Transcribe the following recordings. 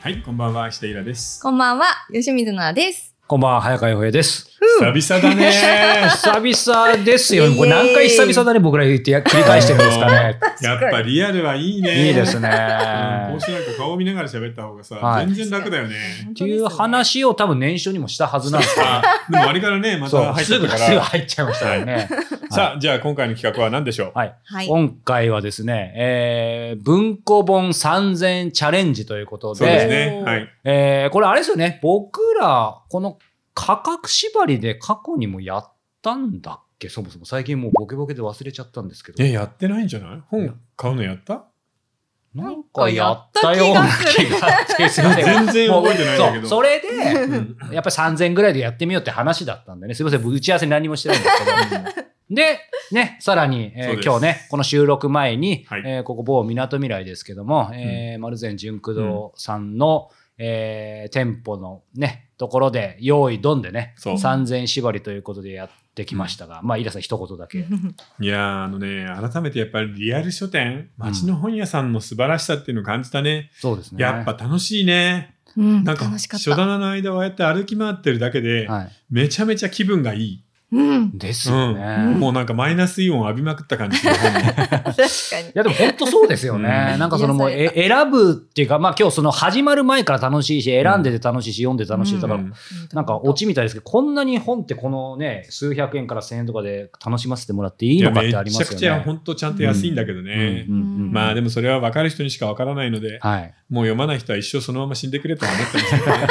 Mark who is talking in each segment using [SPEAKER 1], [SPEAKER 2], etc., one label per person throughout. [SPEAKER 1] はい、こんばんは、下平です。
[SPEAKER 2] こんばんは、吉水奈々です。
[SPEAKER 3] こんばんは、早川洋平です。
[SPEAKER 1] 久々だ ね。
[SPEAKER 3] 久々ですよ。これ何回久々だね、僕ら言ってや繰り返してるんですか ね。
[SPEAKER 1] やっぱリアルはいいね。
[SPEAKER 3] いいですね。
[SPEAKER 1] うん。こうしてなんか顔を見ながら喋った方がさ、
[SPEAKER 3] はい
[SPEAKER 1] 全然楽だよね。
[SPEAKER 3] っていう話を多分年初にもしたはずなんですよ
[SPEAKER 1] あ、でもあれから ね、 ま
[SPEAKER 3] そ
[SPEAKER 1] た
[SPEAKER 3] う、
[SPEAKER 1] 入っ
[SPEAKER 3] す
[SPEAKER 1] て
[SPEAKER 3] ぐ、
[SPEAKER 1] たか
[SPEAKER 3] すぐ
[SPEAKER 1] ら。
[SPEAKER 3] 入っちゃいましたよね。
[SPEAKER 1] さあ、じゃあ今回の企画は何でしょう
[SPEAKER 3] はい。
[SPEAKER 2] はい。
[SPEAKER 3] 今回はですね、えー文庫本3000チャレンジということ
[SPEAKER 1] そ
[SPEAKER 3] で、
[SPEAKER 1] うですね。
[SPEAKER 2] おー
[SPEAKER 1] はい。
[SPEAKER 3] えーこれあれですよね、僕ら、この価格縛りで過去にもやったんだっけ、そもそも。最近もうボケボケで忘れちゃったんですけど。
[SPEAKER 1] え、やってないんじゃない本買うのやった
[SPEAKER 3] なんかやったような気がして、すいません。
[SPEAKER 1] 全然覚えてないんだけど。
[SPEAKER 3] そうそれで、
[SPEAKER 1] うん
[SPEAKER 3] やっぱり3000ぐらいでやってみようって話だったんでね、すいません、僕打ち合わせ何もしてないんですけど。で、ね、さらに、えー
[SPEAKER 1] そうです
[SPEAKER 3] 今日ね、この収録前に、
[SPEAKER 1] はい
[SPEAKER 3] えーここ某港未来ですけども、えー、丸善純駆堂さんの、えー店舗のね、ところで、用意ドンでね、
[SPEAKER 1] そう
[SPEAKER 3] 3000縛りということでやってきましたが、まあ、イラさん一言だけ。
[SPEAKER 1] いやー、あのね、改めてやっぱりリアル書店、街の本屋さんの素晴らしさっていうのを感じたね。
[SPEAKER 3] そうですね。
[SPEAKER 1] やっぱ、楽しいね。
[SPEAKER 2] うん、
[SPEAKER 1] なんか、
[SPEAKER 2] 楽しかっ
[SPEAKER 1] 書
[SPEAKER 2] た。
[SPEAKER 1] 棚の間をああやって歩き回ってるだけで、
[SPEAKER 3] はい。
[SPEAKER 1] めちゃめちゃ気分がいい。
[SPEAKER 2] うん、
[SPEAKER 3] ですよね。
[SPEAKER 1] もうなんかマイナスイオンを浴びまくった感じの 本に
[SPEAKER 2] 確かに
[SPEAKER 3] い。やでも本当そうですよね。
[SPEAKER 1] うん
[SPEAKER 3] なんかそのもう
[SPEAKER 2] 癒
[SPEAKER 3] え選ぶっていうか、まあ今日その始まる前から楽しいし、選んでて楽しいし、読んでて楽しい。だから、
[SPEAKER 1] うん
[SPEAKER 3] なんかオチみたいですけど、こんなに本ってこのね、数百円から千円とかで楽しませてもらっていいのかってありますよ
[SPEAKER 1] い
[SPEAKER 3] ね。
[SPEAKER 1] やめちゃくちゃ本当ちゃんと安いんだけどね。
[SPEAKER 3] うんうんうん
[SPEAKER 1] まあでもそれは分かる人にしか分からないので、
[SPEAKER 3] はい。
[SPEAKER 1] もう読まない人は一生そのまま死んでくれとは思ってますけどね、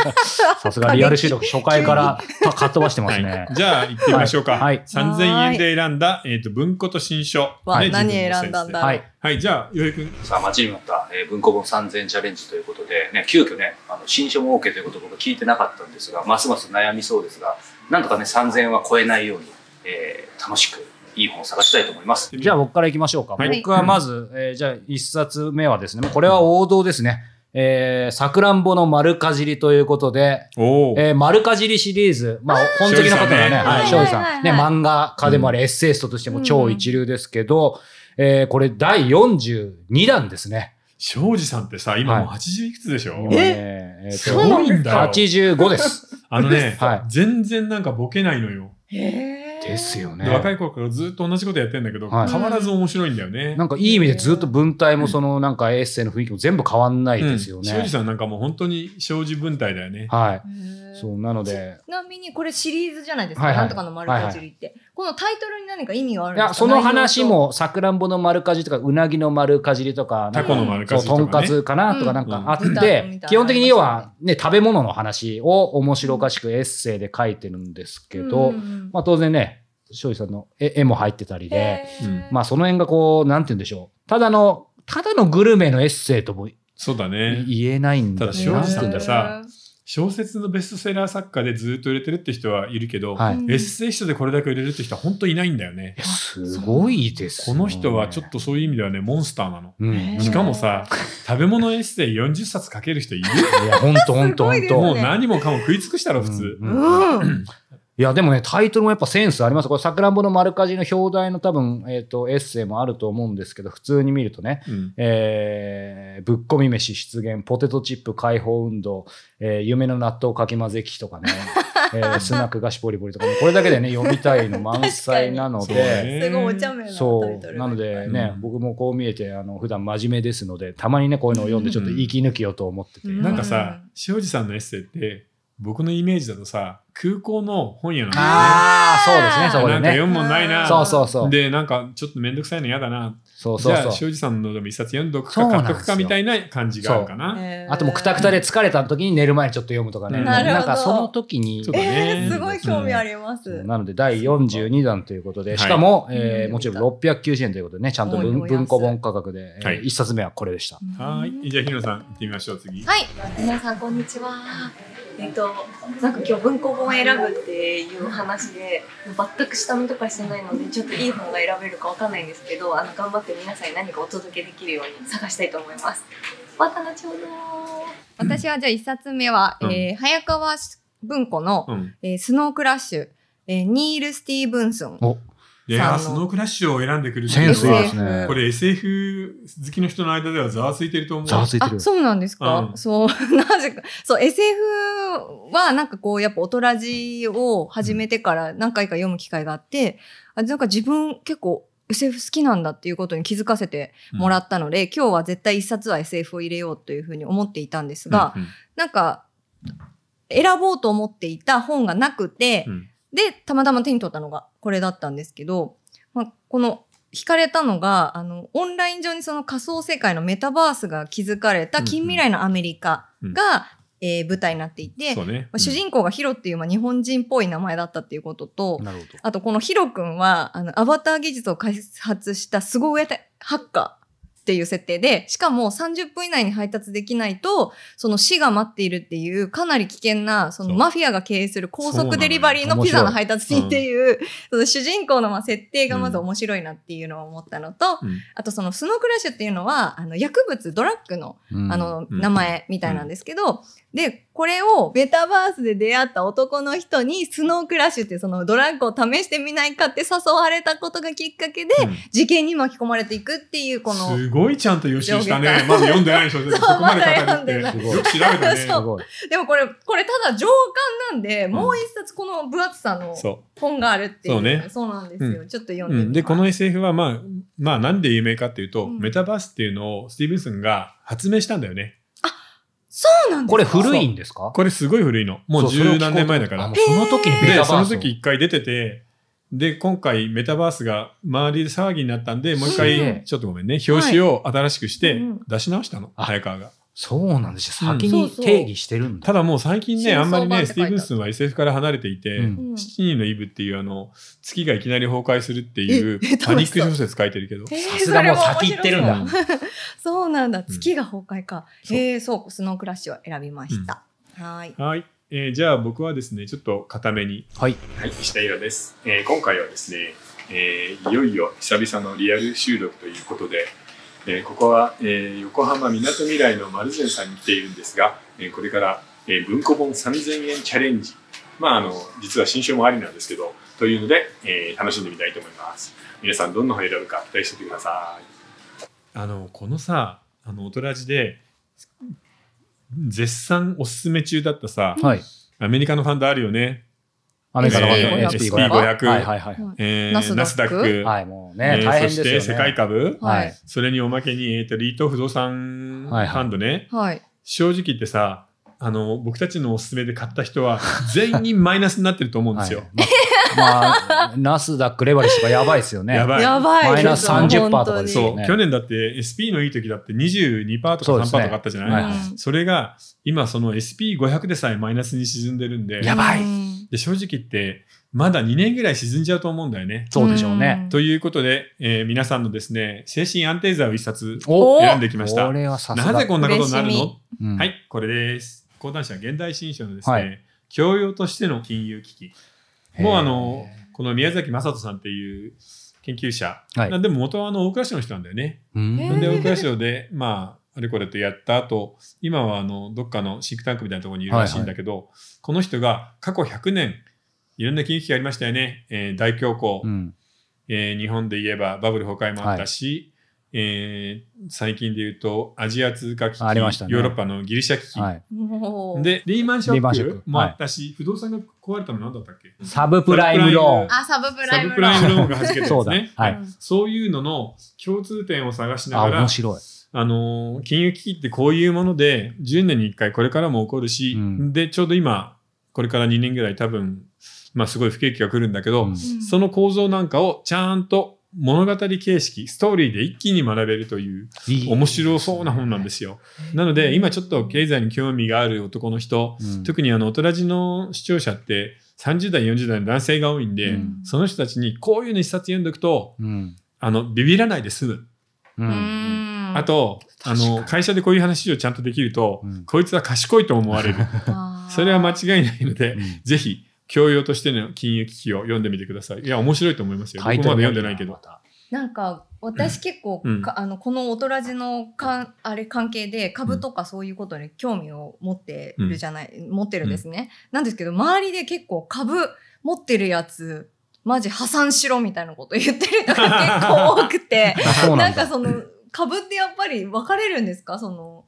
[SPEAKER 3] さすがリアル 収録初回からかかっ飛ばしてます
[SPEAKER 1] は
[SPEAKER 3] ね
[SPEAKER 1] い。じゃあ行ってみましょうか。
[SPEAKER 3] はいはい
[SPEAKER 1] 3000円で選んだ、えっと文庫と新書、
[SPEAKER 2] わ
[SPEAKER 1] ね
[SPEAKER 2] 何
[SPEAKER 1] 自分のセンスで
[SPEAKER 2] 選んだんだ
[SPEAKER 3] はい。
[SPEAKER 1] はい、じゃあ、よいくん。
[SPEAKER 3] さあ、待ちに待った、えー文庫本3000チャレンジということで、ね、急遽ね、あの新書も OK ということを僕は聞いてなかったんですが、ますます悩みそうですが、なんとかね、3000円は超えないように、えー楽しく、いい本を探したいと思います。じゃあ、僕からいきましょうか。
[SPEAKER 1] はい
[SPEAKER 3] 僕はまず、えーじゃあ、1冊目はですね、もうこれは王道ですね。えー、さくらんぼの丸かじりということで、
[SPEAKER 1] おー
[SPEAKER 3] えー、丸かじりシリーズ。まあ、本好きの方はね、はい
[SPEAKER 2] 庄司
[SPEAKER 3] 庄司
[SPEAKER 2] さんね
[SPEAKER 3] さん。
[SPEAKER 2] はい
[SPEAKER 3] ね、
[SPEAKER 2] はいはい
[SPEAKER 3] 漫画家でもあり、エッセイストとしても超一流ですけど、えーこれ第42弾ですね。
[SPEAKER 1] 庄司さんってさ、今もう
[SPEAKER 3] は
[SPEAKER 1] 80いくつでしょ、
[SPEAKER 3] 今ねえー
[SPEAKER 1] す
[SPEAKER 3] と
[SPEAKER 2] う
[SPEAKER 1] ごいんだよ。
[SPEAKER 3] 85です。
[SPEAKER 1] あのね、
[SPEAKER 3] は
[SPEAKER 1] 全然なんかボケないのよ。
[SPEAKER 2] へー
[SPEAKER 3] ですよ
[SPEAKER 1] で
[SPEAKER 3] ね。
[SPEAKER 1] 若い頃からずっと同じことやってんだけど、
[SPEAKER 3] はい
[SPEAKER 1] 変わらず面白いんだよね。
[SPEAKER 3] なんかいい意味でずっと文体もそのなんかエッセイの雰囲気も全部変わんないですよ
[SPEAKER 1] うん庄
[SPEAKER 3] ね
[SPEAKER 1] 司。さんなんかもう本当に庄司文体だよね。
[SPEAKER 3] はい。
[SPEAKER 2] へー
[SPEAKER 3] そう、なので。
[SPEAKER 2] ちなみにこれシリーズじゃないですか。
[SPEAKER 3] はいはい
[SPEAKER 2] なんとかの丸かじりって、このタイトルに何か意味があるん
[SPEAKER 3] い
[SPEAKER 2] ですか
[SPEAKER 3] や、その話。も、さくらんぼの丸かじりとか、うなぎの丸かじりとか、
[SPEAKER 1] タコの丸かじり
[SPEAKER 3] そう、と
[SPEAKER 1] と
[SPEAKER 3] ん
[SPEAKER 1] か
[SPEAKER 3] か
[SPEAKER 1] ね。
[SPEAKER 3] つかなとかなんかあ
[SPEAKER 2] うん
[SPEAKER 3] っ
[SPEAKER 2] うん
[SPEAKER 3] て、基本的に要はね、食べ物の話を面白おかしくエッセイで書いてるんですけ
[SPEAKER 2] 内容
[SPEAKER 3] ど
[SPEAKER 2] と、うん
[SPEAKER 3] まあ当然ね、庄司さんの絵絵も入ってたりで、
[SPEAKER 2] へ
[SPEAKER 1] う
[SPEAKER 2] ー
[SPEAKER 3] まあその辺がこう、なんて言うんでしょう。ただの、ただのグルメのエッセイともい
[SPEAKER 1] そうだね。
[SPEAKER 3] 言えないんだ
[SPEAKER 1] ただ
[SPEAKER 3] な
[SPEAKER 1] 庄司
[SPEAKER 3] な
[SPEAKER 1] さ
[SPEAKER 3] て言うん
[SPEAKER 1] が
[SPEAKER 3] んだろう
[SPEAKER 1] さ、小説のベストセラー作家でずっと売れてるって人はいるけど、
[SPEAKER 3] はい。
[SPEAKER 2] うん
[SPEAKER 1] エッセイストでこれだけ売れるって人は本当いないんだよね
[SPEAKER 3] い。やすごいです
[SPEAKER 1] こ
[SPEAKER 3] よ
[SPEAKER 1] の人はちょっとそういう意味ではね、モンスターなの。
[SPEAKER 3] うん。
[SPEAKER 2] へー
[SPEAKER 1] しかもさ、食べ物エッセイ40冊書ける人いる
[SPEAKER 3] いや、ほんとほんとほん
[SPEAKER 2] すご
[SPEAKER 3] と。
[SPEAKER 1] もう何もかも食い尽くしたろ、普通。
[SPEAKER 3] うんうん
[SPEAKER 2] うん。
[SPEAKER 3] いや、でもね、タイトルもやっぱセンスあります。これ、さくらんぼの丸かじりの表題の多分、えっ、と、エッセイもあると思うんですけど、普通に見るとね、
[SPEAKER 1] うん
[SPEAKER 3] えー、ぶっこみ飯出現、ポテトチップ解放運動、えー夢の納豆かき混ぜ機と かね、えースナック菓子ポリポリとかね、これだけでね、読み たいの満載なの
[SPEAKER 1] そう
[SPEAKER 3] で、
[SPEAKER 1] ね
[SPEAKER 2] すごいお茶目なタイト
[SPEAKER 3] そ
[SPEAKER 2] ルだ
[SPEAKER 3] う、なので
[SPEAKER 1] う
[SPEAKER 3] ね、
[SPEAKER 1] ん
[SPEAKER 3] 僕もこう見えて、あの、普段真面目ですので、たまにね、こういうのを読んで、ちょっと息抜きようと思ってて。
[SPEAKER 2] うん
[SPEAKER 1] なんかさ、庄司さんのエッセイって、僕のイメージだとさ、空港の本屋なのよね。
[SPEAKER 3] ああ、そうですね、そこ
[SPEAKER 1] な
[SPEAKER 3] で
[SPEAKER 1] んか
[SPEAKER 3] ね。
[SPEAKER 1] 読むもんないな。
[SPEAKER 3] そうそうそう。
[SPEAKER 1] で、なんかちょっとめんどくさいの嫌だな。
[SPEAKER 3] そうそう
[SPEAKER 1] じゃ
[SPEAKER 3] そ
[SPEAKER 1] あ、
[SPEAKER 3] う。
[SPEAKER 1] 庄司さんのでも一冊読んどく
[SPEAKER 3] そう
[SPEAKER 1] か
[SPEAKER 3] な
[SPEAKER 1] 買
[SPEAKER 3] ん
[SPEAKER 1] っ
[SPEAKER 3] です
[SPEAKER 1] と
[SPEAKER 3] よ
[SPEAKER 1] くかみたいな感じがあるかな。
[SPEAKER 2] へー
[SPEAKER 3] あともうくたくたで。疲れた時に寝る前にちょっと読むとかね。
[SPEAKER 1] うんな
[SPEAKER 3] な
[SPEAKER 1] るほ
[SPEAKER 3] ん
[SPEAKER 2] ど
[SPEAKER 3] かその時に
[SPEAKER 1] そ。うだ
[SPEAKER 2] え
[SPEAKER 1] ね
[SPEAKER 2] ー、すごい興味あります。
[SPEAKER 3] そうなので第42弾ということ
[SPEAKER 1] は
[SPEAKER 3] で、
[SPEAKER 1] い
[SPEAKER 3] しかも、
[SPEAKER 2] うん
[SPEAKER 3] えーもちろん690円ということでね、ちゃんと文
[SPEAKER 2] おい
[SPEAKER 3] 文庫本価格で、え
[SPEAKER 1] は
[SPEAKER 3] ー
[SPEAKER 1] い
[SPEAKER 3] 一冊目はこれでした。
[SPEAKER 1] はい。じゃあ、ひろさん、行ってみましょう、次。
[SPEAKER 4] はい、皆さんこんにちは。えっと、なんか今日文庫本を選ぶっていう話で、全く下見とかしてないので、ちょっといい本が選べるかわかんないんですけど、あの頑張って皆さんに何かお届けできるように探したいと思います。また後ほど。
[SPEAKER 2] 私はじゃあ一冊目は、
[SPEAKER 1] うん
[SPEAKER 2] えー早川文庫の、
[SPEAKER 1] うん。
[SPEAKER 2] えースノークラッシュ、えーニール・スティーブンソン
[SPEAKER 3] お
[SPEAKER 1] いやースノークラッシュを選んでくるって
[SPEAKER 5] セ
[SPEAKER 1] いう
[SPEAKER 5] ン
[SPEAKER 1] の
[SPEAKER 5] スい
[SPEAKER 1] は
[SPEAKER 5] いですね。
[SPEAKER 1] これ SF 好きの人の間ではざわついてると思う。
[SPEAKER 5] ざわついてる
[SPEAKER 2] あ、。そうなんですか、
[SPEAKER 1] うん
[SPEAKER 2] そう、 なぜか。そう、SF はなんかこう、やっぱ、おとらじを始めてから何回か読む機会があって、あなんか自分結構 SF 好きなんだっていうことに気づかせてもらったので、今日は絶対一冊は SF を入れようというふうに思っていたんですが、
[SPEAKER 1] うんうん
[SPEAKER 2] なんか、選ぼうと思っていた本がなくて、
[SPEAKER 1] うん
[SPEAKER 2] で、たまたま手に取ったのがこれだったんですけど、まあ、この、惹かれたのが、あの、オンライン上にその仮想世界のメタバースが築かれた近未来のアメリカが、
[SPEAKER 1] うん
[SPEAKER 2] えー舞台になっていて、
[SPEAKER 1] そうね
[SPEAKER 2] ま。あ主人公がヒロっていう、まあ、日本人っぽい名前だったっていうことと、
[SPEAKER 5] なるほど。
[SPEAKER 2] あとこのヒロ君は、あの、アバター技術を開発した凄腕ハッカーっていう設定で、しかも30分以内に配達できないと、その死が待っているっていう、かなり危険な、その
[SPEAKER 1] そう
[SPEAKER 2] マフィアが経営する高
[SPEAKER 1] そうなの
[SPEAKER 2] 速
[SPEAKER 1] よ
[SPEAKER 2] デリバリーのピザの配達
[SPEAKER 1] 面白い
[SPEAKER 2] 人っていう、その主人公のまあ設定がまず
[SPEAKER 1] うん
[SPEAKER 2] 面白いなっていうのを思ったのと、
[SPEAKER 1] うん
[SPEAKER 2] あとそのスノークラッシュっていうのは、あの、薬物、ドラッグの
[SPEAKER 5] うん
[SPEAKER 2] あの、
[SPEAKER 1] うん
[SPEAKER 2] 名前みたいなんですけど、で、これをベタバースで出会った男の人にスノークラッシュっていうそのドラッグを試してみないかって誘われたことがきっかけで、
[SPEAKER 1] うん
[SPEAKER 2] 事件に巻き込まれていくっていう、この、
[SPEAKER 1] すごいちゃんと予習したね
[SPEAKER 2] 上下。
[SPEAKER 1] まだ読んでない小 説、
[SPEAKER 2] そう
[SPEAKER 1] ここまで
[SPEAKER 2] まだ
[SPEAKER 1] 語
[SPEAKER 2] 読
[SPEAKER 1] る
[SPEAKER 2] ん
[SPEAKER 1] って。
[SPEAKER 2] で
[SPEAKER 1] よ
[SPEAKER 2] ない
[SPEAKER 1] く調べ たね。
[SPEAKER 5] すごい。
[SPEAKER 2] でもこれ、これただ上巻なんで、もう一冊この分厚さの
[SPEAKER 1] そ
[SPEAKER 2] 本があるっていう。
[SPEAKER 1] そうね
[SPEAKER 2] そうなんですよ。
[SPEAKER 1] う
[SPEAKER 2] ちょっと
[SPEAKER 1] う。
[SPEAKER 2] 読
[SPEAKER 1] う
[SPEAKER 2] んでみます、
[SPEAKER 1] ん、で、この SF は、まあ、まあ、なんで有名かっていうと、
[SPEAKER 2] うん
[SPEAKER 1] メタバースっていうのをスティーブンソンが発明したんだよね。
[SPEAKER 2] そうなんですか
[SPEAKER 5] これ古いんですか
[SPEAKER 1] これすごい古いの。もう
[SPEAKER 5] そそれを
[SPEAKER 1] 十
[SPEAKER 5] 聞こ
[SPEAKER 1] 何年前だから
[SPEAKER 5] あもう。その時にベ
[SPEAKER 1] で、
[SPEAKER 5] タ
[SPEAKER 1] そ
[SPEAKER 5] バー
[SPEAKER 1] の
[SPEAKER 5] スを
[SPEAKER 1] 時一回出てて、で、今回メタバースが周りで騒ぎになったんで、もう一
[SPEAKER 5] すげ
[SPEAKER 1] 回、
[SPEAKER 5] え
[SPEAKER 1] ちょっとごめんね、表紙を新しくし
[SPEAKER 2] はい
[SPEAKER 1] て
[SPEAKER 2] うん
[SPEAKER 1] 出し直したの、
[SPEAKER 5] あ
[SPEAKER 1] 早川が。
[SPEAKER 5] そうなんですよ。
[SPEAKER 1] うん
[SPEAKER 5] 先に定義してるんだ。
[SPEAKER 1] ただもう最近ね、あんまり
[SPEAKER 2] 新装版っ
[SPEAKER 1] ね、
[SPEAKER 2] て
[SPEAKER 1] ス
[SPEAKER 2] 書
[SPEAKER 1] テ
[SPEAKER 2] い
[SPEAKER 1] ィー
[SPEAKER 2] てある
[SPEAKER 1] ブンスンは SF から離れていて、
[SPEAKER 5] うん
[SPEAKER 2] うん
[SPEAKER 1] 七人のイブっていうあの、月がいきなり崩壊するっていう
[SPEAKER 2] ええ
[SPEAKER 1] パニック小説書いてるけど、
[SPEAKER 2] えー
[SPEAKER 5] さすがもう先行ってるん
[SPEAKER 2] それ
[SPEAKER 5] だ
[SPEAKER 2] も面白。 そうそうなんだ。
[SPEAKER 1] うん
[SPEAKER 2] 月が崩壊か。
[SPEAKER 1] そう
[SPEAKER 2] えー、そう、スノークラッシュを選びました。はーい。
[SPEAKER 1] はい。えーじゃあ僕はですね、ちょっと固めに。
[SPEAKER 5] はい。
[SPEAKER 6] はい、下井です、えー今回はですね、えーいよいよ久々のリアル収録ということで、えーここは、えー横浜みなとみらいの丸善さんに来ているんですが、えーこれから、えー文庫本3000円チャレンジ、まあ、あの実は新書もありなんですけど、というので、えー楽しんでみたいと思います。皆さん、どんな本を選ぶか期待しておいてください。
[SPEAKER 1] あの、このさ、あの、オトラジで、絶賛おすすめ中だったさ、
[SPEAKER 5] はい。
[SPEAKER 1] アメリカのファンドあるよね。
[SPEAKER 5] アメリカの
[SPEAKER 2] えー
[SPEAKER 5] SP500。
[SPEAKER 1] SP500
[SPEAKER 5] はいはいはい。
[SPEAKER 1] えー
[SPEAKER 2] ナスダック
[SPEAKER 1] ナスダック。
[SPEAKER 5] はい、もう
[SPEAKER 1] え
[SPEAKER 5] ね、
[SPEAKER 1] ー
[SPEAKER 5] 大変です
[SPEAKER 1] そ
[SPEAKER 5] よ
[SPEAKER 1] し
[SPEAKER 5] ね。
[SPEAKER 1] て世界株、
[SPEAKER 5] は
[SPEAKER 2] はいい。
[SPEAKER 1] それにおまけに、えーと、リート不動産フ
[SPEAKER 5] はいはい
[SPEAKER 1] ァンドね。
[SPEAKER 2] はい。
[SPEAKER 1] 正直言ってさ、あの、僕たちのおすすめで買った人は、全員マイナスになってると思うんですよ。
[SPEAKER 5] まあ、まあナスダックレバレッジとかやばいですよね。
[SPEAKER 1] やばい。
[SPEAKER 2] やばいです。
[SPEAKER 5] マイナス30%
[SPEAKER 2] 本当に
[SPEAKER 1] そう、
[SPEAKER 5] ね
[SPEAKER 1] 去年だって SP のいい時だって22%とか
[SPEAKER 5] そう
[SPEAKER 1] 3%
[SPEAKER 5] です
[SPEAKER 1] と
[SPEAKER 5] ね
[SPEAKER 1] かあったじゃないそ,、
[SPEAKER 5] はい
[SPEAKER 2] はい
[SPEAKER 1] れが今その SP500 でさえマイナスに沈んでるんで
[SPEAKER 5] やばい
[SPEAKER 2] うん
[SPEAKER 1] で正直言ってまだ2年ぐらい沈んじゃうと思うんだよね。
[SPEAKER 5] そうでしょうね。
[SPEAKER 1] ということで、えー皆さんのですね精神安定剤を一冊
[SPEAKER 5] お
[SPEAKER 1] 選んできました
[SPEAKER 5] こ。れはさすが。
[SPEAKER 1] なぜこんなことになる
[SPEAKER 2] 嬉し
[SPEAKER 1] の、
[SPEAKER 5] うん
[SPEAKER 1] はいこれです。講談社現代新書のですね、
[SPEAKER 5] はい
[SPEAKER 1] 教養としての金融危機
[SPEAKER 5] へー
[SPEAKER 1] もうあのこの宮崎雅人さんっていう研究者、
[SPEAKER 5] はい
[SPEAKER 1] なでも元はあの大倉市の人なんだよね。
[SPEAKER 5] うん
[SPEAKER 2] え
[SPEAKER 1] なんで
[SPEAKER 2] ー
[SPEAKER 1] 大倉省で、まあ、あれこれとやった後、今はあのどっかのシンクタンクみたいなところにいるらしいんだけど、この人が過去100年、いろんな金融危機がありましたよね。えー大恐慌、
[SPEAKER 5] うん
[SPEAKER 1] えー日本で言えばバブル崩壊もあったし、えー最近で言うとアジア通貨危機、
[SPEAKER 5] ありましたね
[SPEAKER 1] ヨーロッパのギリシャ危機、
[SPEAKER 5] はい
[SPEAKER 2] もう、
[SPEAKER 1] で、リーマンショ
[SPEAKER 5] リーマンショ
[SPEAKER 1] ッ
[SPEAKER 5] ック
[SPEAKER 1] クもあったし、不動産が壊れたの何だったっけ
[SPEAKER 5] サブプライムロー
[SPEAKER 2] あ、サブプラ
[SPEAKER 1] サ
[SPEAKER 2] イム
[SPEAKER 1] ブプライムローンがはじけ
[SPEAKER 5] ン。
[SPEAKER 1] た
[SPEAKER 5] そ
[SPEAKER 1] や
[SPEAKER 5] う
[SPEAKER 1] つ
[SPEAKER 5] だ
[SPEAKER 1] ね。。
[SPEAKER 5] は
[SPEAKER 2] う
[SPEAKER 5] い。
[SPEAKER 2] ん
[SPEAKER 1] そういうのの共通点を探しな
[SPEAKER 5] あ、
[SPEAKER 1] がら
[SPEAKER 5] 面、白い。
[SPEAKER 1] あのー金融危機ってこういうもので10年に1回これからも起こるし、
[SPEAKER 5] うん
[SPEAKER 1] でちょうど今これから2年ぐらい多分、まあ、すごい不景気が来るんだけど、
[SPEAKER 5] うん
[SPEAKER 2] うん
[SPEAKER 1] その構造なんかをちゃんと物語形式ストーリーで一気に学べるという
[SPEAKER 5] いい
[SPEAKER 1] 面白そうな本なんですよ。なので今ちょっと経済に興味がある男の人
[SPEAKER 5] うん
[SPEAKER 1] 特にあの大人の視聴者って30代40代の男性が多いんで、
[SPEAKER 5] うん
[SPEAKER 1] その人たちにこういうの一冊読んでおくと
[SPEAKER 5] うん。
[SPEAKER 1] あのビビらないで済む。
[SPEAKER 5] う。
[SPEAKER 2] うんん
[SPEAKER 1] あ、と、あ
[SPEAKER 5] 確か
[SPEAKER 1] の、
[SPEAKER 5] に
[SPEAKER 1] 会社でこういう話をちゃんとできると、
[SPEAKER 5] うん
[SPEAKER 1] こいつは賢いと思われる。
[SPEAKER 2] あー
[SPEAKER 1] それは間違いないので
[SPEAKER 5] う、ん
[SPEAKER 1] ぜひ、教養としての金融危機を読んでみてください。いや、面白いと思いますよ。僕まだ読んでないけど。。
[SPEAKER 2] なんか、私結構、
[SPEAKER 1] うん
[SPEAKER 2] かあの、このオトラジのかん、あれ関係で、株とかそういうことに興味を持ってるじゃない、持ってるんですね。なんですけど、周りで結構株持ってるやつ、マジ破産しろみたいなこと言ってる人が結構多くて
[SPEAKER 3] あ そう
[SPEAKER 2] な
[SPEAKER 3] なん
[SPEAKER 2] ん
[SPEAKER 3] だ
[SPEAKER 2] かその株ってやっぱり分かれるんですかその好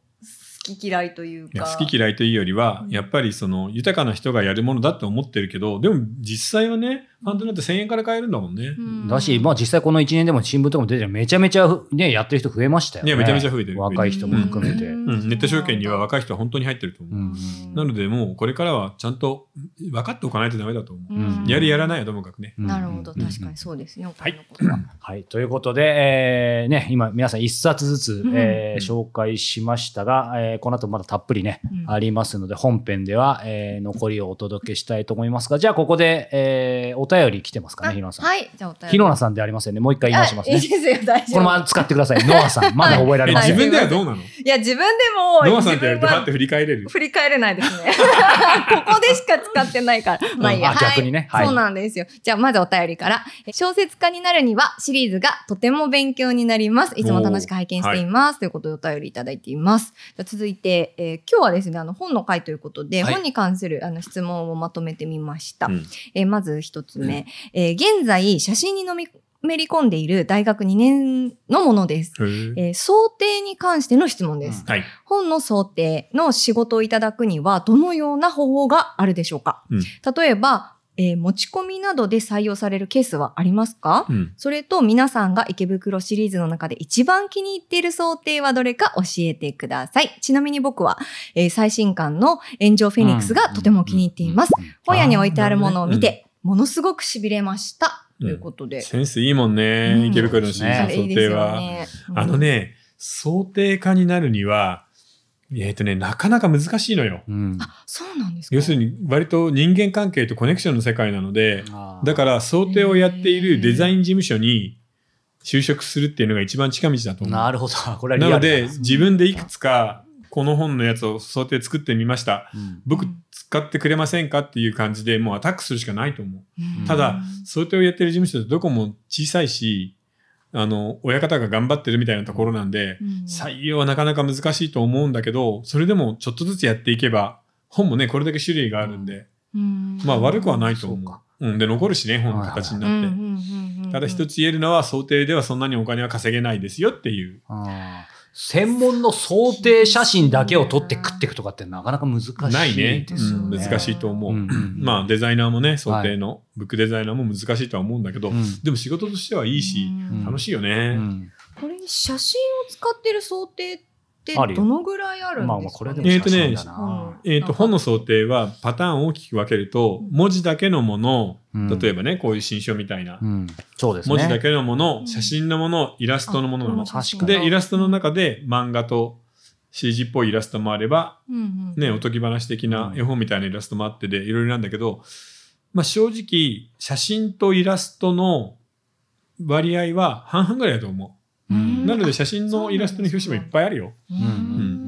[SPEAKER 2] き嫌いという
[SPEAKER 1] いや
[SPEAKER 2] か
[SPEAKER 1] 好き嫌いというよりは、やっぱりその豊かな人がやるものだって思ってるけどでも実際はねファンドなんて1000円から買えるんだもんね。
[SPEAKER 2] うん
[SPEAKER 3] だし、まあ実際この1年でも新聞とかも出てるめちゃめちゃ、ね、やってる人増えましたよね。
[SPEAKER 1] ねめちゃめちゃ増えてる
[SPEAKER 3] 若い人も含めて。
[SPEAKER 2] う
[SPEAKER 3] うんん
[SPEAKER 1] うん、ネット証券には若い人は本当に入ってると思う。
[SPEAKER 2] うん
[SPEAKER 1] なのでもうこれからはちゃんと分かっておかないとダメだと思う。
[SPEAKER 3] うん
[SPEAKER 1] やるやらないはともかくね。
[SPEAKER 2] なるほど
[SPEAKER 3] うん
[SPEAKER 2] 確かにそうですね、お
[SPEAKER 1] はい
[SPEAKER 2] 金のことは
[SPEAKER 3] はい。ということで、えーね、今皆さん一冊ずつ、
[SPEAKER 2] うん
[SPEAKER 3] えー
[SPEAKER 1] う
[SPEAKER 3] 紹介しましたが、えーこの後まだたっぷりね、
[SPEAKER 2] うん
[SPEAKER 3] ありますので、本編では、えー残りをお届けしたいと思いますが、じゃあここで、えーお便り来てますかね、ひろなさん。
[SPEAKER 2] はいじゃあお便り
[SPEAKER 3] ひろなさんでありますよね。もう一回言い直します
[SPEAKER 2] あ
[SPEAKER 3] ね
[SPEAKER 2] いい。ですよ大丈夫
[SPEAKER 3] このまま使ってください。ノアさん。まだ覚えら
[SPEAKER 1] え
[SPEAKER 3] れませ
[SPEAKER 1] 自
[SPEAKER 3] ん。
[SPEAKER 1] 分ではどうなの
[SPEAKER 2] いや自分でも
[SPEAKER 1] ノアさんってやると
[SPEAKER 2] 自分
[SPEAKER 1] パ
[SPEAKER 2] は
[SPEAKER 1] ッて振り返れる。
[SPEAKER 2] 振り返れないですね。 ここでしか使ってないから。まあいいや。
[SPEAKER 3] あ逆にね
[SPEAKER 2] は。
[SPEAKER 3] はいい
[SPEAKER 2] そうなんですよ。じゃあ、まずお便りから。小説家になるにはシリーズがとても勉強になります。いつも楽しく拝見しています。ということでお便りいただいています。じゃあ続いて、えー今日はですね、あの、本の回ということで、
[SPEAKER 3] はい
[SPEAKER 2] 本に関するあの質問をまとめてみました。
[SPEAKER 1] うん
[SPEAKER 2] えーまず一つ目、えー現在、写真にのみ、めり込んでいる大学2年のものです。
[SPEAKER 1] へえ
[SPEAKER 2] えー想定に関しての質問です。
[SPEAKER 1] はい。
[SPEAKER 2] 本の想定の仕事をいただくにはどのような方法があるでしょうか、
[SPEAKER 1] うん
[SPEAKER 2] 例えば、えー持ち込みなどで採用されるケースはありますか、
[SPEAKER 1] うん
[SPEAKER 2] それと皆さんが池袋シリーズの中で一番気に入っている想定はどれか教えてください。ちなみに僕は、えー最新刊の炎上フェニックスがとても気に入っています。
[SPEAKER 3] うん。
[SPEAKER 2] 本屋に置いてあるものを見て、ものすごく痺れました。
[SPEAKER 1] うん
[SPEAKER 2] ということで。
[SPEAKER 1] センスいいもん
[SPEAKER 2] うん
[SPEAKER 1] ね。池袋の新
[SPEAKER 3] うん
[SPEAKER 2] あ
[SPEAKER 1] 人
[SPEAKER 2] れ
[SPEAKER 1] 想
[SPEAKER 2] いいで
[SPEAKER 1] 定
[SPEAKER 2] すよ
[SPEAKER 1] は。
[SPEAKER 2] ね。
[SPEAKER 1] あのね、想定家になるには、えっ、とね、なかなか難しいのよ。
[SPEAKER 3] うん
[SPEAKER 2] うん。あ、そうなんですか
[SPEAKER 1] 要するに、割と人間関係とコネクションの世界なので、
[SPEAKER 3] あー
[SPEAKER 1] だから想定をやっているデザイン事務所に就職するっていうのが一番近道だと思う。
[SPEAKER 3] なるほど。 これはリ
[SPEAKER 1] な
[SPEAKER 3] アルだ
[SPEAKER 1] ので、自分でいくつか、この本のやつを想定作ってみました。
[SPEAKER 3] うん
[SPEAKER 1] 僕
[SPEAKER 2] うん
[SPEAKER 1] 使ってくれませんかっていう感じでもうアタックするしかないと思う。
[SPEAKER 2] うん
[SPEAKER 1] ただ、想定をやってる事務所ってどこも小さいし、あの、親方が頑張ってるみたいなところなんで、
[SPEAKER 2] うん
[SPEAKER 1] 採用はなかなか難しいと思うんだけど、それでもちょっとずつやっていけば、本もね、これだけ種類があるんで、ま
[SPEAKER 2] ま
[SPEAKER 1] あ悪くは
[SPEAKER 2] な
[SPEAKER 1] ないと
[SPEAKER 3] そう
[SPEAKER 1] 思
[SPEAKER 3] か
[SPEAKER 1] う。うん、で、残るしね、本の形になって。ただ一つ言えるのは、想定ではそんなにお金は稼げないですよっていう。
[SPEAKER 3] あー専門の想定写真だけを撮って食っていくとかってなかなか難しいですよね。
[SPEAKER 1] ないね。うん
[SPEAKER 2] ですよね
[SPEAKER 1] 難しいと思う。
[SPEAKER 3] うんうん
[SPEAKER 1] まあデザイナーもね、想定の、ブックデザイナーも難しいとは思うんだけど、
[SPEAKER 3] うん
[SPEAKER 1] でも仕事としてはいいし、
[SPEAKER 3] うん
[SPEAKER 1] 楽しいよ
[SPEAKER 3] う
[SPEAKER 1] ね。
[SPEAKER 3] ん
[SPEAKER 2] これ写真を使ってる想定って
[SPEAKER 3] あるよ
[SPEAKER 2] どのぐらいあるんですか、ね、
[SPEAKER 3] まあまあこれでも
[SPEAKER 1] えー
[SPEAKER 3] 写
[SPEAKER 1] とね
[SPEAKER 3] 真だな。
[SPEAKER 1] えー、と本の想定はパターンを大きく分けると文字だけのもの
[SPEAKER 3] うん
[SPEAKER 1] 例えばねこういう新書みたいな
[SPEAKER 3] うんそうですね。
[SPEAKER 1] 文字だけのもの
[SPEAKER 2] うん
[SPEAKER 1] 写真のものイラストのものなの
[SPEAKER 3] 確かに
[SPEAKER 1] でイラストの中で漫画と CG っぽいイラストもあれば
[SPEAKER 2] うんうん
[SPEAKER 1] ねおとぎ話的な
[SPEAKER 3] うん
[SPEAKER 1] 絵本みたいなイラストもあってでいろいろなんだけどまあ正直写真とイラストの割合は半々ぐらいだと思
[SPEAKER 3] う
[SPEAKER 1] う。
[SPEAKER 3] ん
[SPEAKER 1] なので写真のイラストの表紙もいっぱいあるよ。
[SPEAKER 2] う
[SPEAKER 3] うんうんうん
[SPEAKER 2] ん
[SPEAKER 3] うん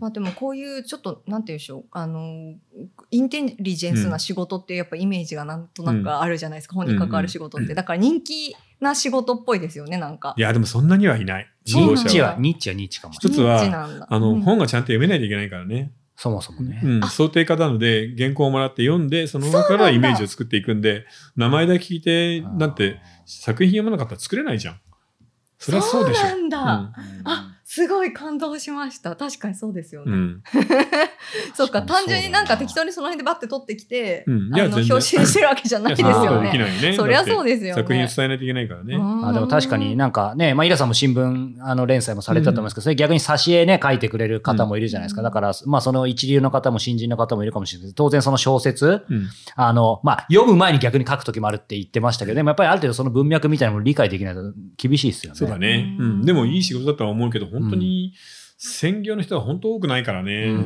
[SPEAKER 2] まあでもこういうちょっとなんて言うんでしょうあのインテリジェンスな仕事ってやっぱイメージがなんとなくあるじゃないですか、本に関わる仕事って、だから人気な仕事っぽいですよねなんか
[SPEAKER 1] い。やでもそんなにはいない。
[SPEAKER 3] ニ
[SPEAKER 1] 希望
[SPEAKER 3] ッ
[SPEAKER 1] 者
[SPEAKER 3] チ
[SPEAKER 1] は
[SPEAKER 3] は、ニッチはニッチかもしれ
[SPEAKER 1] 一
[SPEAKER 3] ない。
[SPEAKER 1] つは
[SPEAKER 2] ニッチなんだ
[SPEAKER 1] あの、
[SPEAKER 2] うん
[SPEAKER 1] 本がちゃんと読めないといけないからね。
[SPEAKER 3] そもそもね。
[SPEAKER 1] うん、
[SPEAKER 2] あ
[SPEAKER 1] 想定家なので原稿をもらって読んでその中からイメージを作っていくんで名前だけ聞いてなんて作品読まなかったら作れないじゃんそりゃそうでしょ
[SPEAKER 2] なんだ、
[SPEAKER 3] あー、
[SPEAKER 2] あすごい感動しました確かにそうですよ
[SPEAKER 1] う
[SPEAKER 2] ね、
[SPEAKER 1] んうん
[SPEAKER 2] そうか、
[SPEAKER 3] 確か
[SPEAKER 2] 単
[SPEAKER 3] にそうだ
[SPEAKER 2] 純になんか適当にその辺でバッて取ってきて、
[SPEAKER 1] うんい
[SPEAKER 2] あ
[SPEAKER 1] や
[SPEAKER 2] の
[SPEAKER 1] 全
[SPEAKER 2] 表
[SPEAKER 1] 然
[SPEAKER 2] 紙にしてるわけじゃない
[SPEAKER 1] や
[SPEAKER 2] です
[SPEAKER 1] そんなこと
[SPEAKER 2] よ
[SPEAKER 1] でき
[SPEAKER 2] ね。
[SPEAKER 1] ないよね
[SPEAKER 2] そりゃそう
[SPEAKER 1] で
[SPEAKER 2] ですよね。
[SPEAKER 1] 作品を伝えないといけないからね
[SPEAKER 3] あでも確かになんかね、まあ、イラさんも新聞あの連載もされてたと思いますけど、それ逆に挿絵ね、書いてくれる方もいるじゃないですか。
[SPEAKER 2] うん
[SPEAKER 3] だから、まあ、その一流の方も新人の方もいるかもしれないです当然その小説、
[SPEAKER 1] うん
[SPEAKER 3] あの、まあ、読む前に逆に書く時もあるって言ってましたけど、でもやっぱりある程度その文脈みたいなのも理解できないと厳しいですよね。
[SPEAKER 1] そうだね、
[SPEAKER 2] う
[SPEAKER 1] うんんでもいい仕事だとは思うけど本当に専業の人は本当多くないからね、
[SPEAKER 3] うんうんう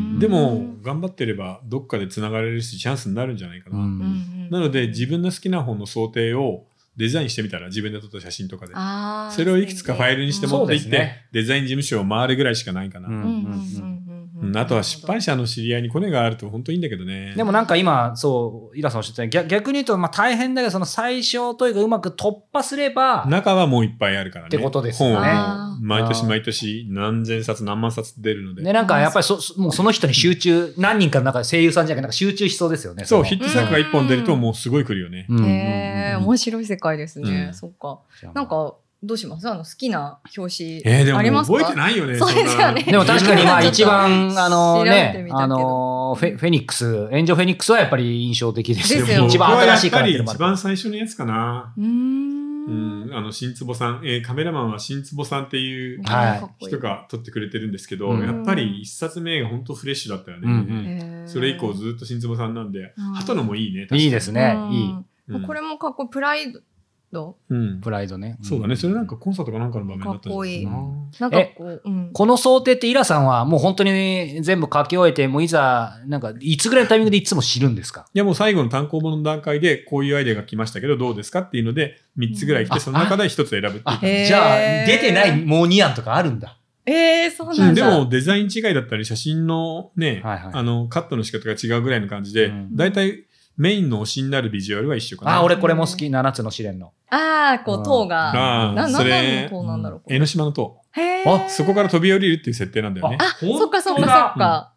[SPEAKER 3] ん
[SPEAKER 1] でも頑張ってればどっかでつながれるしチャンスになるんじゃないか
[SPEAKER 3] う
[SPEAKER 1] な、
[SPEAKER 3] ん
[SPEAKER 1] なので自
[SPEAKER 2] 分
[SPEAKER 1] 分の好きな本の想定をデザインしてみたら自分で撮った写真とかでそれをいくつかファイルにして持っていっ
[SPEAKER 3] そ
[SPEAKER 1] て、
[SPEAKER 3] うですね
[SPEAKER 1] デザイン事務所を回るぐらいしかないかな、
[SPEAKER 3] う
[SPEAKER 1] う
[SPEAKER 3] ん
[SPEAKER 1] んあとは出版社の知り合いにコネがあると本当いいんだけどね
[SPEAKER 3] でもなんか今、そう、イラさんおっしゃってたように逆逆に言うと、まあ大変だけど、その最小というかうまく突破すれば、
[SPEAKER 1] 中はもういっぱいあるからね
[SPEAKER 3] ってことですよ
[SPEAKER 1] 本
[SPEAKER 3] ね
[SPEAKER 1] は
[SPEAKER 3] あ
[SPEAKER 2] あー
[SPEAKER 1] 毎年毎年何千冊何万冊出るので、
[SPEAKER 3] ね、なんかやっぱりそそもうその人に集中、何人かの中で声優さんじゃなくて、なんか集中しそうですよね。
[SPEAKER 1] そう
[SPEAKER 3] の
[SPEAKER 1] ヒット作が1本出るともうすごい来るよね、
[SPEAKER 3] うんうんうん
[SPEAKER 2] へえ、面白い世界ですね。
[SPEAKER 1] うん
[SPEAKER 2] そっか。なんか、どうしますあの、好きな表紙。
[SPEAKER 1] えー、でも
[SPEAKER 2] あり
[SPEAKER 1] もう
[SPEAKER 2] ますか
[SPEAKER 1] 覚えてないよね
[SPEAKER 2] そうですよね
[SPEAKER 1] んな
[SPEAKER 3] でも確かにまあ一番、あの
[SPEAKER 2] 調べてみ、
[SPEAKER 3] ね
[SPEAKER 2] たけど
[SPEAKER 3] あのフェ、フェニックス、炎上フェニックスはやっぱり印象的ですよ。
[SPEAKER 2] ですよね
[SPEAKER 3] 一番新しいから
[SPEAKER 1] 僕は
[SPEAKER 3] ってい
[SPEAKER 1] やっ
[SPEAKER 3] うのも
[SPEAKER 1] ぱり一
[SPEAKER 3] ある
[SPEAKER 1] 番最初のやつかな。
[SPEAKER 2] うー。
[SPEAKER 1] うんん、あの、新坪さん、えーカメラマンは新坪さんっていう
[SPEAKER 3] はい
[SPEAKER 2] かっこいい
[SPEAKER 1] 人が撮ってくれてるんですけど、
[SPEAKER 3] うん
[SPEAKER 1] やっぱり一冊目が本当フレッシュだったよね。
[SPEAKER 3] うんうん
[SPEAKER 2] へー
[SPEAKER 1] それ以降ずっと新坪さんなんで
[SPEAKER 2] うん、
[SPEAKER 1] 鳩のもいいね。確かに
[SPEAKER 3] いいですね。
[SPEAKER 2] うん
[SPEAKER 3] いい。
[SPEAKER 1] うん
[SPEAKER 2] これもかっこいい。プライド
[SPEAKER 1] うん
[SPEAKER 3] プライドね。
[SPEAKER 1] そうだね、それなんかコンサートかなんかの場面だったんじゃないかな
[SPEAKER 3] かっこ
[SPEAKER 2] なんかこう、うん。
[SPEAKER 3] この想定ってイラさんはもう本当に全部書き終えて、もういざ、なんか、いつぐらいのタイミングでいつも知るんですか
[SPEAKER 1] いやもう最後の単行本の段階でこういうアイデアが来ましたけどどうですかっていうので3つぐらい来
[SPEAKER 3] うん
[SPEAKER 1] てその中で1つ選ぶっていう
[SPEAKER 3] あ、
[SPEAKER 1] 感
[SPEAKER 2] へー
[SPEAKER 3] じゃあ、出てないもう2案とかあるんだ。
[SPEAKER 2] ええ、そう
[SPEAKER 1] じ、う
[SPEAKER 2] な
[SPEAKER 1] んんで
[SPEAKER 2] だ。
[SPEAKER 1] もデザイン違いだったり写真のね、
[SPEAKER 3] はいはい
[SPEAKER 1] あのカットの仕方が違うぐらいの感じで、
[SPEAKER 3] うん
[SPEAKER 1] だいたいメインの推しになるビジュアルは一緒かな。
[SPEAKER 3] あ、俺これも好き、7つの試練の。
[SPEAKER 2] ああ、こ
[SPEAKER 3] うん
[SPEAKER 2] う、塔が。
[SPEAKER 1] あ
[SPEAKER 2] な、な、
[SPEAKER 1] あ
[SPEAKER 2] な
[SPEAKER 1] そ
[SPEAKER 2] んの
[SPEAKER 1] れ
[SPEAKER 2] 塔なんだろうこれ
[SPEAKER 1] 江。ノ島の塔
[SPEAKER 2] へえ。
[SPEAKER 3] あ
[SPEAKER 1] そこから飛び降りるっていう設定なんだよね。
[SPEAKER 3] あ、
[SPEAKER 2] そっかそっかそっか。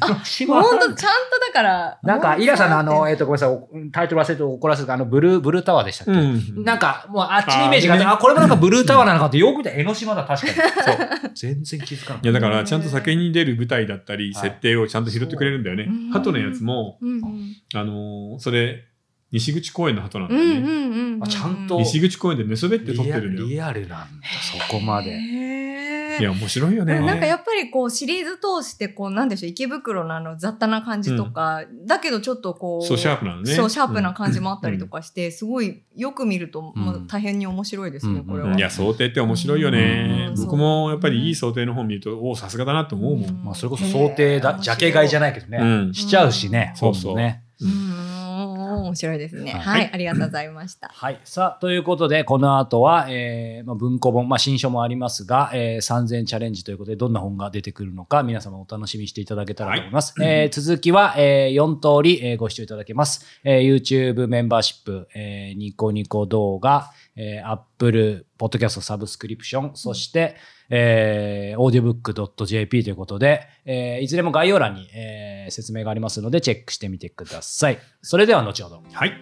[SPEAKER 2] ほんと、ちゃんとだから。
[SPEAKER 3] なんか、
[SPEAKER 2] ほと
[SPEAKER 3] イラさんの
[SPEAKER 2] な
[SPEAKER 3] あ
[SPEAKER 2] んて
[SPEAKER 3] の、えっと、ごめんなさいお、タイトル忘れて怒らせるか、あの、ブルー、ブルータワーでしたっけ、
[SPEAKER 1] うん。
[SPEAKER 3] なんか、もうあっちのイメージがあって、
[SPEAKER 1] あ
[SPEAKER 3] あ、これもなんかブルータワーなのかって、よく見たら江ノ島だ、確かに。そう。全然気づかないい。
[SPEAKER 1] やだからちゃんと先に出る舞台だったり設定をちゃんと拾ってくれるんだよね
[SPEAKER 2] うん。
[SPEAKER 1] 鳩のやつも、
[SPEAKER 2] うんうん
[SPEAKER 1] あのーそれ西口公園の鳩なんだ
[SPEAKER 2] う
[SPEAKER 1] よ
[SPEAKER 2] ん
[SPEAKER 1] ね。
[SPEAKER 2] うんうんうん。
[SPEAKER 3] あちゃんと
[SPEAKER 1] 西口公園で寝そべって撮ってるんだよ。
[SPEAKER 3] リアルなんだ、そこまで。
[SPEAKER 2] へえ
[SPEAKER 1] いや、面白いよね。
[SPEAKER 2] でもなんかやっぱりこうシリーズ通してこうなんでしょう池袋のあの雑多な感じとか、だけどちょっとこう
[SPEAKER 1] そう、シャープなのね。
[SPEAKER 2] そうシャープな感じもあったりとかして、すごいよく見ると、
[SPEAKER 3] うん
[SPEAKER 2] もう大変に面白いです
[SPEAKER 3] うんう
[SPEAKER 2] ね、
[SPEAKER 3] ん
[SPEAKER 2] これ
[SPEAKER 1] う
[SPEAKER 2] は。
[SPEAKER 1] ん。いや、想定って面白いよね
[SPEAKER 2] う。ん
[SPEAKER 1] 僕もやっぱりいい想定の方見ると、おお、さすがだなと思うもん。
[SPEAKER 3] まあ、それこそ想定だ、ジャケ買いじゃ
[SPEAKER 2] ない。
[SPEAKER 3] ないけどね。
[SPEAKER 1] うん。
[SPEAKER 3] しちゃうしね。
[SPEAKER 1] そうそう
[SPEAKER 3] 本当ね。
[SPEAKER 2] うーん、面白いですね。
[SPEAKER 3] はい
[SPEAKER 2] はい、ありがとうございました。
[SPEAKER 3] はい。さあ、ということで、この後は、えーまあ、文庫本、まあ、新書もありますが、えー、3000チャレンジということで、どんな本が出てくるのか、皆様お楽しみにしていただけたらと思います。えー続きは、え4通り、えーご視聴いただけます。えー YouTube メンバーシップ、えーニコニコ動画、えー Apple Podcast サブスクリプション、そして、えー、audiobook.jp ということで、えーいずれも概要欄に、えー説明がありますので、チェックしてみてください。それでは、後ほど。
[SPEAKER 1] はい。